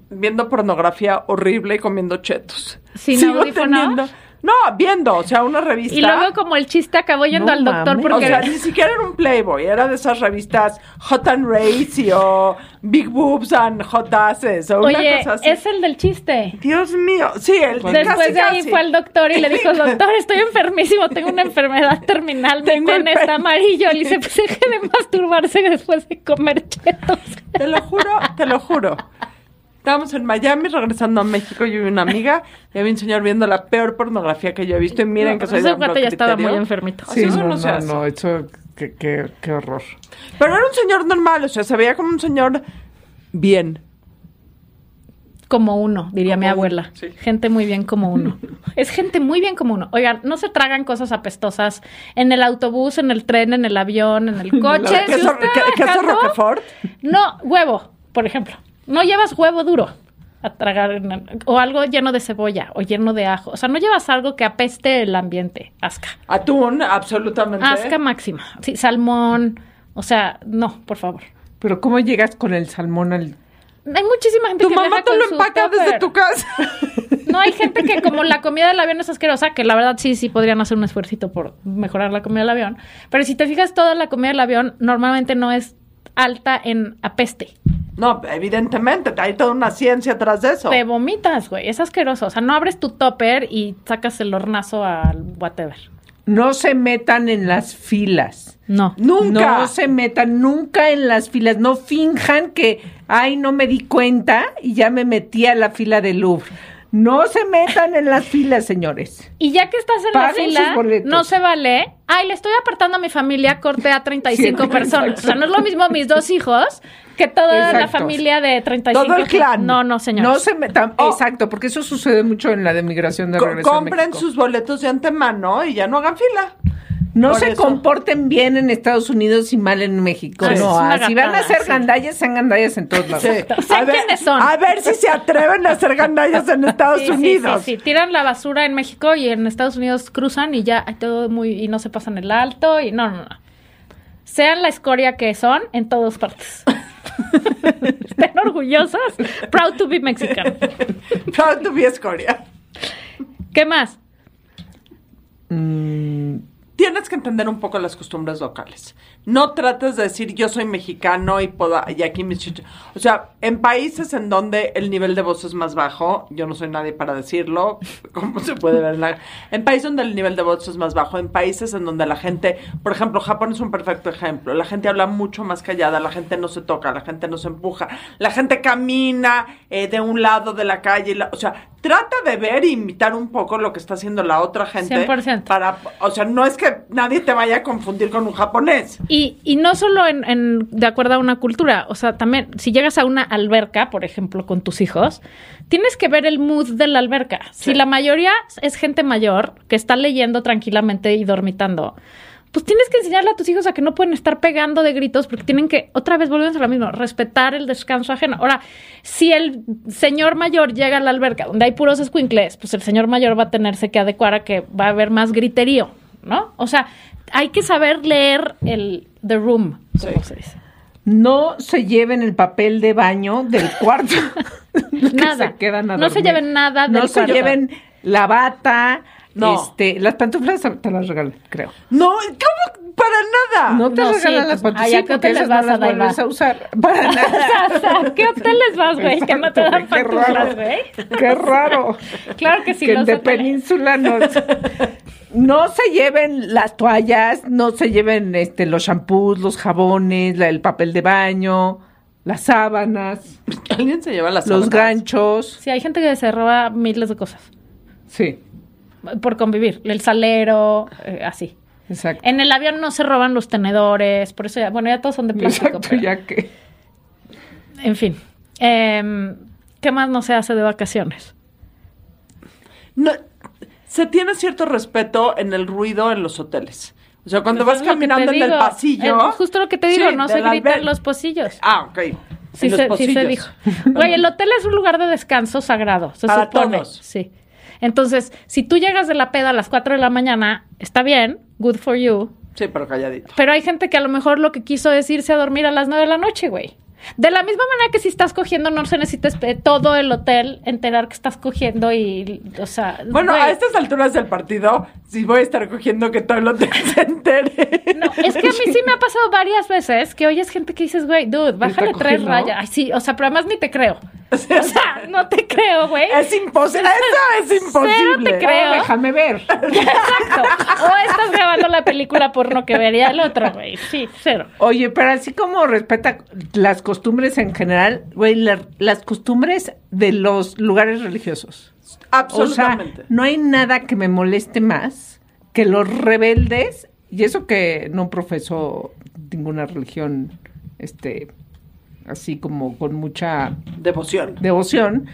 viendo pornografía horrible y comiendo chetos.
¿Sin audífonos?
No, viendo, o sea, una revista.
Y luego como el chiste acabó yendo
No
al doctor
mames.
porque...
O sea, ni siquiera era un Playboy, era de esas revistas Hot and Racy o Big Boobs and Hot Asses o una
Oye,
cosa así.
es el del chiste.
Dios mío, sí, el
Después
casi,
de ahí
casi.
fue al doctor y
[LAUGHS]
le dijo, doctor, estoy enfermísimo, tengo una enfermedad terminal, mi
Tengo el
pene está
pene".
amarillo. Le dice, pues deje de masturbarse después de comer chetos.
Te lo juro, te lo juro. Estábamos en Miami regresando a México, yo y una amiga, y había un señor viendo la peor pornografía que yo he visto. Y miren
No,
que soy
ese
de amplio
cuate ya estaba
criterio.
muy enfermito.
Así eso no, se hace.
no, eso, qué, qué, qué horror.
Pero era un señor normal, o sea, se veía como un señor bien.
Como uno, diría mi
uno,
abuela.
sí.
Gente muy bien
[LAUGHS]
como uno. es gente muy bien como uno. Oigan, no se tragan cosas apestosas en el autobús, en el tren, en el
[LAUGHS]
avión, en el coche.
¿Qué
Si
es
usted
qué- qué es
viajando,
Roquefort?
No, huevo, por ejemplo. No llevas huevo duro a tragar en el- o algo lleno de cebolla o lleno de ajo. O sea, no llevas algo que apeste el ambiente. Asca.
Atún, absolutamente.
Asca máxima. Sí, salmón. O sea, no, por favor.
Pero ¿cómo llegas con el salmón al
Hay muchísima gente
tu
que
mamá
viaja
te
con
lo
su
empaca desde
tupper.
tu casa.
No, hay gente que como la comida del avión es asquerosa, que la verdad sí, sí podrían hacer un esfuercito por mejorar la comida del avión. Pero si te fijas, toda la comida del avión normalmente no es alta en apeste.
No, evidentemente, hay toda una ciencia atrás de eso.
Te vomitas, güey. Es asqueroso. O sea, no abres tu topper y sacas el hornazo al whatever.
[LAUGHS] no se metan en las filas.
No.
Nunca.
No se metan nunca en las filas. No finjan que, ay, no me di cuenta y ya me metí a la fila del Louvre. No se metan en las filas, [LAUGHS] señores.
Y ya que estás en
Paguen sus
la fila,
boletos.
no se vale. Ay, le estoy apartando a mi familia, corte a 35
Sí,
personas. O sea, no es lo mismo mis dos hijos que toda la
Exacto.
familia de 35.
Todo el
que-
clan.
No, no, señor.
No se metan.
Oh.
Exacto, porque eso sucede mucho en la de migración de
Co-
regreso. a
compren
México.
sus boletos de antemano y ya no hagan fila.
No
Por
se
eso.
comporten bien en Estados Unidos y mal en México.
Ah, es
no,
una
si van a
gatada,
hacer
sí.
gandallas, sean gandallas en todos lados.
Sí.
Sé quiénes son.
A ver si se atreven a hacer gandallas en Estados
Sí, sí,
Unidos.
Sí, sí, tiran la basura en México y en Estados Unidos cruzan y ya hay todo muy y no se pasan el alto y no, no, no. Sean la escoria que son en todas partes. [LAUGHS] Estén orgullosas. Proud to be Mexican.
Proud to be escoria.
¿Qué más?
Tienes que entender un poco las costumbres locales. No trates de decir yo soy mexicano y, puedo, y aquí mis chichos. O sea, en países en donde el nivel de voz es más bajo, yo no soy nadie para decirlo, [LAUGHS] como se puede ver en la- En países donde el nivel de voz es más bajo, en países en donde la gente, por ejemplo, Japón es un perfecto ejemplo, la gente habla mucho más callada, la gente no se toca, la gente no se empuja, la gente camina eh, de un lado de la calle, la- o sea, trata de ver e imitar un poco lo que está haciendo la otra gente
100%.
para, o sea, no es que nadie te vaya a confundir con un japonés.
Y, y no solo en, en- de acuerdo a una cultura, o sea, también si llegas a una alberca, por ejemplo, con tus hijos, tienes que ver el mood de la alberca. Si la mayoría es gente mayor que está leyendo tranquilamente y dormitando, pues tienes que enseñarle a tus hijos a que no pueden estar pegando de gritos porque tienen que, otra vez volvemos a lo mismo, respetar el descanso ajeno. Ahora, si el señor mayor llega a la alberca donde hay puros escuincles, pues el señor mayor va a tenerse que adecuar a que va a haber más griterío, ¿no? O sea, hay que saber leer el the room, como se dice.
No se lleven el papel de baño
[LAUGHS]
del cuarto. [LAUGHS] que
Nada.
quedan a
No se
dormir.
lleven nada
No
del
se
cuarto.
lleven la bata.
No.
Este, las pantuflas te las regalan, creo.
No, ¿cómo? Para nada.
No te
No, sí,
regalan
pues,
las pantuflas.
ay,
sí,
¿a qué
porque
hotel
esas
les vas
no las
a dar,
vuelves
Iván?
a usar.
[LAUGHS]
Para nada.
O sea, ¿Qué hoteles vas, güey? Que no te dan
Exacto, güey, qué
pantuflas,
raro.
güey.
Qué raro.
Claro que sí,
que
los
de
hoteles. [LAUGHS]
península no. No se lleven las toallas, no se lleven este los shampoos, los jabones, la- el papel de baño, las sábanas,
Alguien se lleva las
los
sábanas?
ganchos.
Sí, hay gente que se roba miles de cosas
Sí,
por convivir. El salero, eh, así.
exacto.
En el avión no se roban los tenedores, por eso ya, bueno, ya todos son de plástico.
Exacto,
pero-
ya que.
En fin. Em, ¿Qué más no se hace de vacaciones?
No, se tiene cierto respeto en el ruido en los hoteles. O sea, cuando
Pues
vas
es lo que
caminando
te
en el
digo.
pasillo.
Es justo lo que te digo,
Sí,
no
de
se
la
gritan
alber-
los pocillos.
Ah, ok.
Sí
en los
se, sí
pasillos.
se dijo.
[LAUGHS]
Güey, el hotel es un lugar de descanso sagrado, se
Para
supone.
todos.
Sí. Entonces, si tú llegas de la peda a las 4 de la mañana, está bien, good for you,
Sí, pero calladito.
pero hay gente que a lo mejor lo que quiso es irse a dormir a las 9 de la noche, güey. De la misma manera que si estás cogiendo, no se necesita espe- todo el hotel enterar que estás cogiendo y, o sea...
Bueno,
güey.
a estas alturas del partido, sí voy a estar cogiendo que todo el hotel [LAUGHS] se entere.
No, es que a mí sí me ha pasado varias veces que oyes gente que dices, güey, dude, bájale tres
cogiendo?
rayas. Ay, sí, o sea, pero además ni te
[LAUGHS]
creo. O sea, no te creo, güey.
Es
[LAUGHS]
imposible. Eso es imposible.
te creo.
Déjame ver.
Exacto. O estás grabando la película porno que vería el otro, güey. Sí, cero.
Oye, pero así como respeta las costumbres en general, güey, la- las costumbres de los lugares religiosos.
Absolutamente.
O sea, no hay nada que me moleste más que los rebeldes, y eso que no profeso ninguna religión, este, así como con mucha
Devoción.
devoción,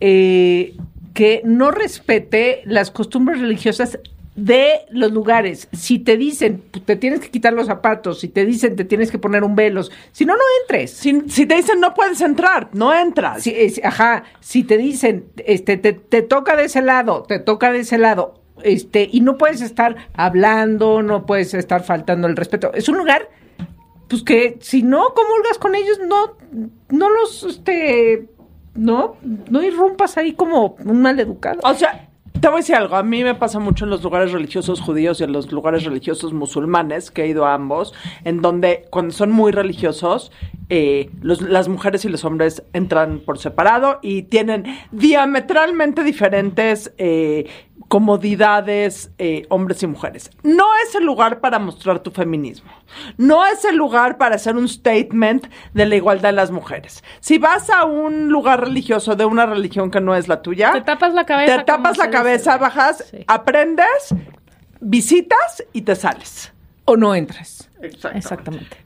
eh, que no respete las costumbres religiosas de los lugares. Si te dicen, te tienes que quitar los zapatos, si te dicen, te tienes que poner un velo, si no, no entres.
Si, si te dicen no puedes entrar, no entras.
Si, es- eh, ajá, si te dicen, este, te, te toca de ese lado, te toca de ese lado, este, y no puedes estar hablando, no puedes estar faltando el respeto. Es un lugar, pues que si no comulgas con ellos, no, no los, este, no, no irrumpas ahí como un maleducado.
O sea, te voy a decir algo. A mí me pasa mucho en los lugares religiosos judíos y en los lugares religiosos musulmanes, que he ido a ambos, en donde cuando son muy religiosos, eh, los- las mujeres y los hombres entran por separado y tienen diametralmente diferentes eh, comodidades eh, hombres y mujeres. No es el lugar para mostrar tu feminismo. No es el lugar para hacer un statement de la igualdad de las mujeres. Si vas a un lugar religioso de una religión que no es la tuya,
Te tapas la cabeza,
Ah, te tapas la
como se
cabeza,
dice.
bajas,
Sí.
aprendes, visitas y te sales.
O no entras.
Exactamente.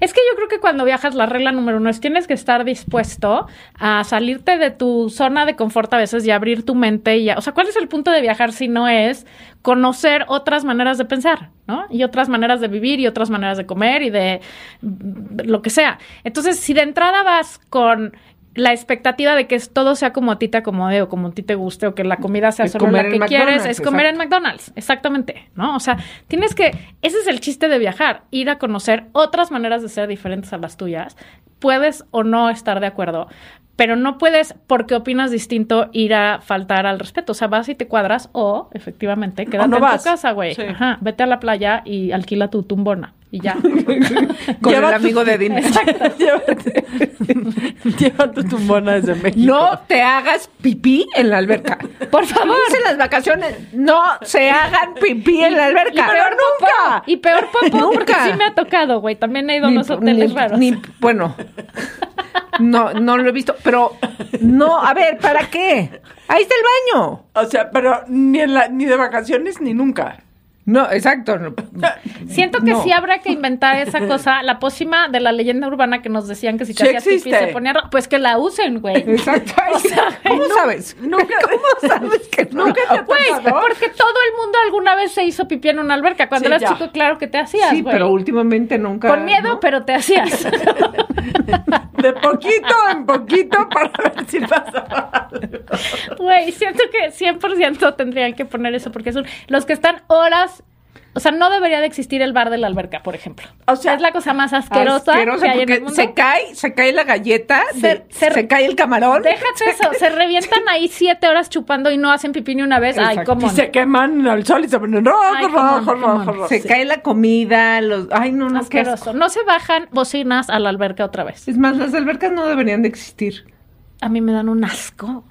Es que yo creo que cuando viajas, la regla número uno es tienes que estar dispuesto a salirte de tu zona de confort a veces y abrir tu mente. Y a- o sea, ¿cuál es el punto de viajar si no es conocer otras maneras de pensar, ¿no? Y otras maneras de vivir y otras maneras de comer y de mm, lo que sea. Entonces, si de entrada vas con la expectativa de que es- todo sea como a ti te acomode o como a ti te guste o que la comida sea
De
solo
comer
la
en
que quieres,
McDonald's,
es comer en McDonald's, exactamente, ¿no? O sea, tienes que, ese es el chiste de viajar, ir a conocer otras maneras de ser diferentes a las tuyas. Puedes o no estar de acuerdo, pero no puedes, porque opinas distinto, ir a faltar al respeto. O sea, vas y te cuadras o, efectivamente, quédate
no
en
vas.
tu casa, güey.
Sí.
Ajá, vete a la playa y alquila tu tumbona y ya.
Con
Lleva
el
tus-
amigo de Dina.
[LAUGHS] Llévate, [LAUGHS] lleva tu tumbona desde México.
[LAUGHS] No te hagas pipí en la alberca. Por favor. Dicen las vacaciones. No se hagan pipí en la alberca.
Y peor popó. Y peor popó, porque
[LAUGHS] Nunca.
sí me ha tocado, güey. También he ido a unos
Ni-
hoteles
ni-
raros.
ni- bueno, [LAUGHS] no, no lo he visto, pero no, a ver, ¿para qué? Ahí está el baño.
O sea, pero ni, en la- ni de vacaciones ni nunca.
No, exacto. no.
Siento que
No.
sí habrá que inventar esa cosa, la pócima de la leyenda urbana que nos decían que si te
Sí
hacías pipí
existe.
se ponía ro- pues que la usen, güey.
Exacto.
[LAUGHS] O sea,
¿Cómo sabes?
Nunca,
[LAUGHS] ¿Cómo sabes que no?
nunca te ha
Güey,
pasado?
porque todo el mundo alguna vez se hizo pipí en una alberca. Cuando
Sí,
eras
ya.
chico, claro que te hacías,
Sí,
güey.
pero últimamente nunca.
Con miedo,
¿no?
pero te
[LAUGHS]
hacías.
De poquito [LAUGHS] en
[LAUGHS]
poquito para ver si pasa.
Güey, siento que 100% tendrían que poner eso porque son los que están horas... O sea, no debería de existir el bar de la alberca, por ejemplo.
O sea,
es la cosa más asquerosa,
Asquerosa,
que hay en el
porque
mundo.
se cae, se cae la galleta,
Se-
de- se,
se-
cae el camarón.
Déjate eso, se revientan ahí siete horas chupando y no hacen pipí ni una vez. Ay,
Exacto.
cómo
Y se queman al sol y se ponen rojo,
Ay, come on,
rojo,
come
rojo,
on.
rojo.
Se
Sí.
cae la comida, los. Ay, no, no, qué asco.
Asqueroso. No se bajan bocinas a la alberca otra vez.
Es más, las albercas no deberían de existir.
A mí me dan un asco.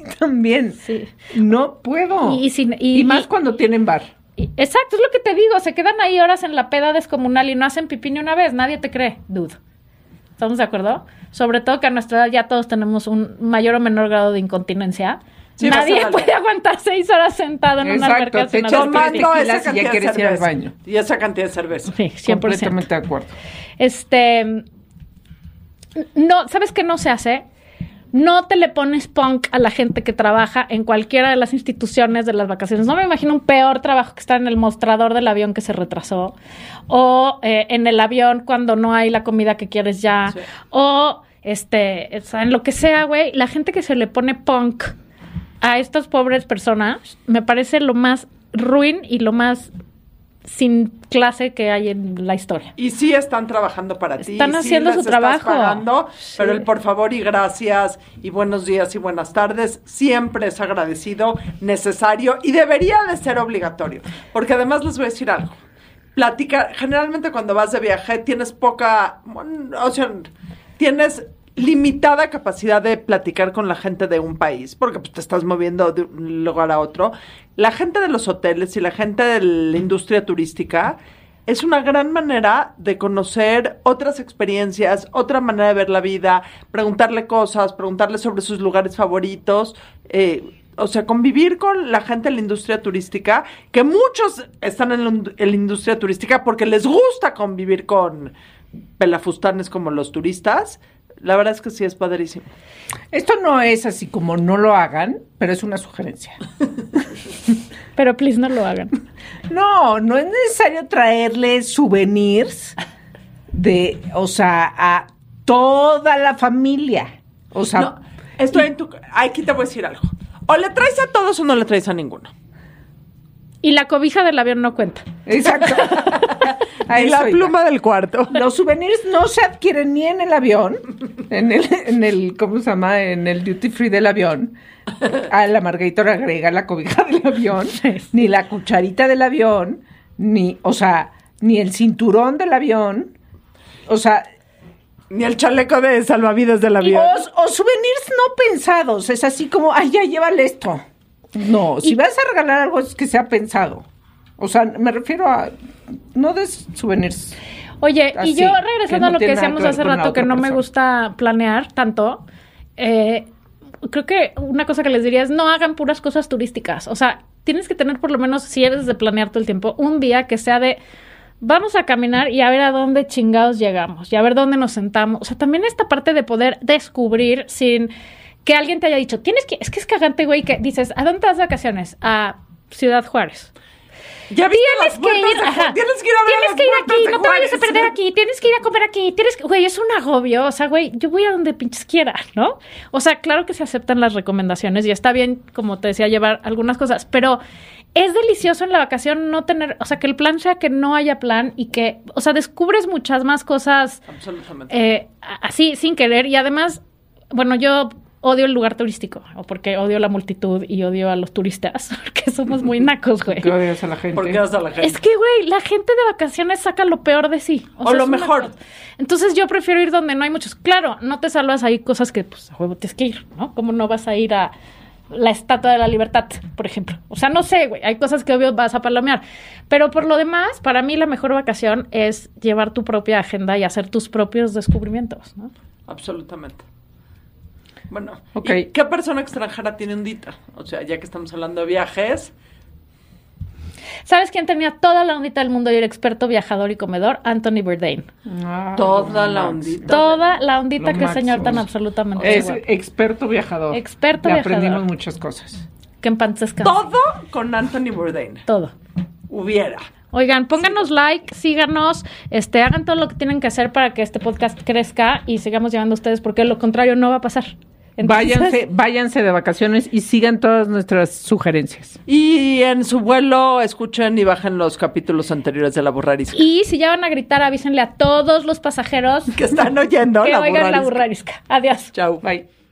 [LAUGHS] También.
Sí.
No puedo.
Y- y sin- y-
Y más
y-
cuando tienen bar.
Y- Exacto, es lo que te digo. Se quedan ahí horas en la peda descomunal y no hacen pipí ni una vez. Nadie te cree, dude. ¿Estamos de acuerdo? Sobre todo que a nuestra edad ya todos tenemos un mayor o menor grado de incontinencia.
Sí,
Nadie
bastante.
puede aguantar seis horas sentado en
Exacto,
una alberca
te
sin
echas
hacer pipí.
tequila
Tomando
si
esa
ya
cantidad de
quieres ir al
cerveza.
baño.
Y esa cantidad de cerveza.
Sí, 100%.
Completamente de acuerdo.
Este. No, ¿sabes qué no se hace? No te le pones punk a la gente que trabaja en cualquiera de las instituciones de las vacaciones. No me imagino un peor trabajo que estar en el mostrador del avión que se retrasó, o eh, en el avión cuando no hay la comida que quieres ya, o este, o sea, en lo que sea, güey. La gente que se le pone punk a estas pobres personas me parece lo más ruin y lo más sin clase que hay en la historia.
Y sí están trabajando para ti.
Están
y sí
haciendo
las
su
estás
trabajo.
pagando,
Sí.
Pero el por favor y gracias y buenos días y buenas tardes siempre es agradecido, necesario y debería de ser obligatorio. Porque además les voy a decir algo. Platica, generalmente cuando vas de viaje tienes poca, o sea, tienes limitada capacidad de platicar con la gente de un país, porque pues, te estás moviendo de un lugar a otro. La gente de los hoteles y la gente de la industria turística es una gran manera de conocer otras experiencias, otra manera de ver la vida, preguntarle cosas, preguntarle sobre sus lugares favoritos. eh, o sea, convivir con la gente de la industria turística, que muchos están en la, ind- en la industria turística porque les gusta convivir con pelafustanes como los turistas, la verdad es que sí es padrísimo.
Esto no es así como no lo hagan, pero es una sugerencia.
Pero please no lo hagan.
No, no es necesario traerle souvenirs de, o sea, a toda la familia. O sea,
No, estoy en tu... Aquí te voy a decir algo. O le traes a todos o no le traes a ninguno.
Y la cobija del avión no cuenta. [LAUGHS]
exacto. A
y la
eso iba.
pluma del cuarto.
Los souvenirs no se adquieren ni en el avión, en el, en el ¿cómo se llama? En el duty free del avión. A la margarita agrega la cobija del avión,
[LAUGHS]
ni la cucharita del avión, ni, o sea, ni el cinturón del avión. O sea,
Ni el chaleco de salvavidas de la
Y-
vida.
O, o souvenirs no pensados, es así como, ay, ya llévale esto. No, si vas a regalar algo es que sea pensado. O sea, me refiero a, no des souvenirs.
Oye,
Así,
y yo
Ah, que
regresando
no
a lo que
tiene nada
decíamos
que ver
hace
con la
rato, que
otra
no me
persona.
gusta planear tanto, eh, creo que una cosa que les diría es no hagan puras cosas turísticas. O sea, tienes que tener por lo menos, si eres de planear todo el tiempo, un día que sea de vamos a caminar y a ver a dónde chingados llegamos y a ver dónde nos sentamos. O sea, también esta parte de poder descubrir sin que alguien te haya dicho, tienes que, es que es cagante, güey, que dices, ¿a dónde te das de vacaciones? A Ciudad Juárez.
ya viste
Tienes
las
que
puertas
ir,
de Ju-
ajá.
Tienes que ir a ver
Tienes
las
que ir
puertas
aquí,
de
no te vayas a
Juárez.
perder aquí, tienes que ir a comer aquí, tienes que, güey, es un agobio, o sea, güey, yo voy a donde pinches quiera, ¿no? O sea, claro que se aceptan las recomendaciones y está bien, como te decía, llevar algunas cosas, pero es delicioso en la vacación no tener, o sea, que el plan sea que no haya plan y que, o sea, descubres muchas más cosas eh, a- así, sin querer. Y además, bueno, yo odio el lugar turístico, o porque odio la multitud y odio a los turistas, [LAUGHS] porque somos muy nacos, güey.
Que odias a la gente.
Porque vas a la gente.
Es que, güey, la gente de vacaciones saca lo peor de sí.
O lo
es una
mejor.
cosa. Entonces yo prefiero ir donde no hay muchos. Claro, no te salvas ahí cosas que, pues, a huevo tienes que ir, ¿no? Como no vas a ir a la Estatua de la Libertad, por ejemplo. O sea, no sé, güey, hay cosas que obvio vas a palomear. Pero por lo demás, para mí la mejor vacación es llevar tu propia agenda y hacer tus propios descubrimientos, ¿no?
Absolutamente. Bueno,
Ok.
¿y ¿qué persona extranjera tiene un dita? O sea, ya que estamos hablando de viajes,
¿Sabes quién tenía toda la ondita del mundo y era experto viajador y comedor? Anthony Bourdain.
Ah,
toda la
Max.
ondita.
Toda la ondita
Lo
que señor
máximo.
tan absolutamente
Es
guapo.
experto viajador.
Experto
Le
viajador.
aprendimos muchas cosas.
Que en paz descanse.
Todo con Anthony Bourdain.
Todo.
Hubiera.
Oigan, pónganos like, síganos, este, hagan todo lo que tienen que hacer para que este podcast crezca y sigamos llevando a ustedes, porque lo contrario no va a pasar. Entonces,
váyanse, váyanse de vacaciones y sigan todas nuestras sugerencias.
Y en su vuelo, escuchen y bajen los capítulos anteriores de La Burrarisca.
Y si ya van a gritar, avísenle a todos los pasajeros
Que están oyendo
que
La
oigan la
Burrarisca.
burrarisca. Adiós.
Chau.
Bye.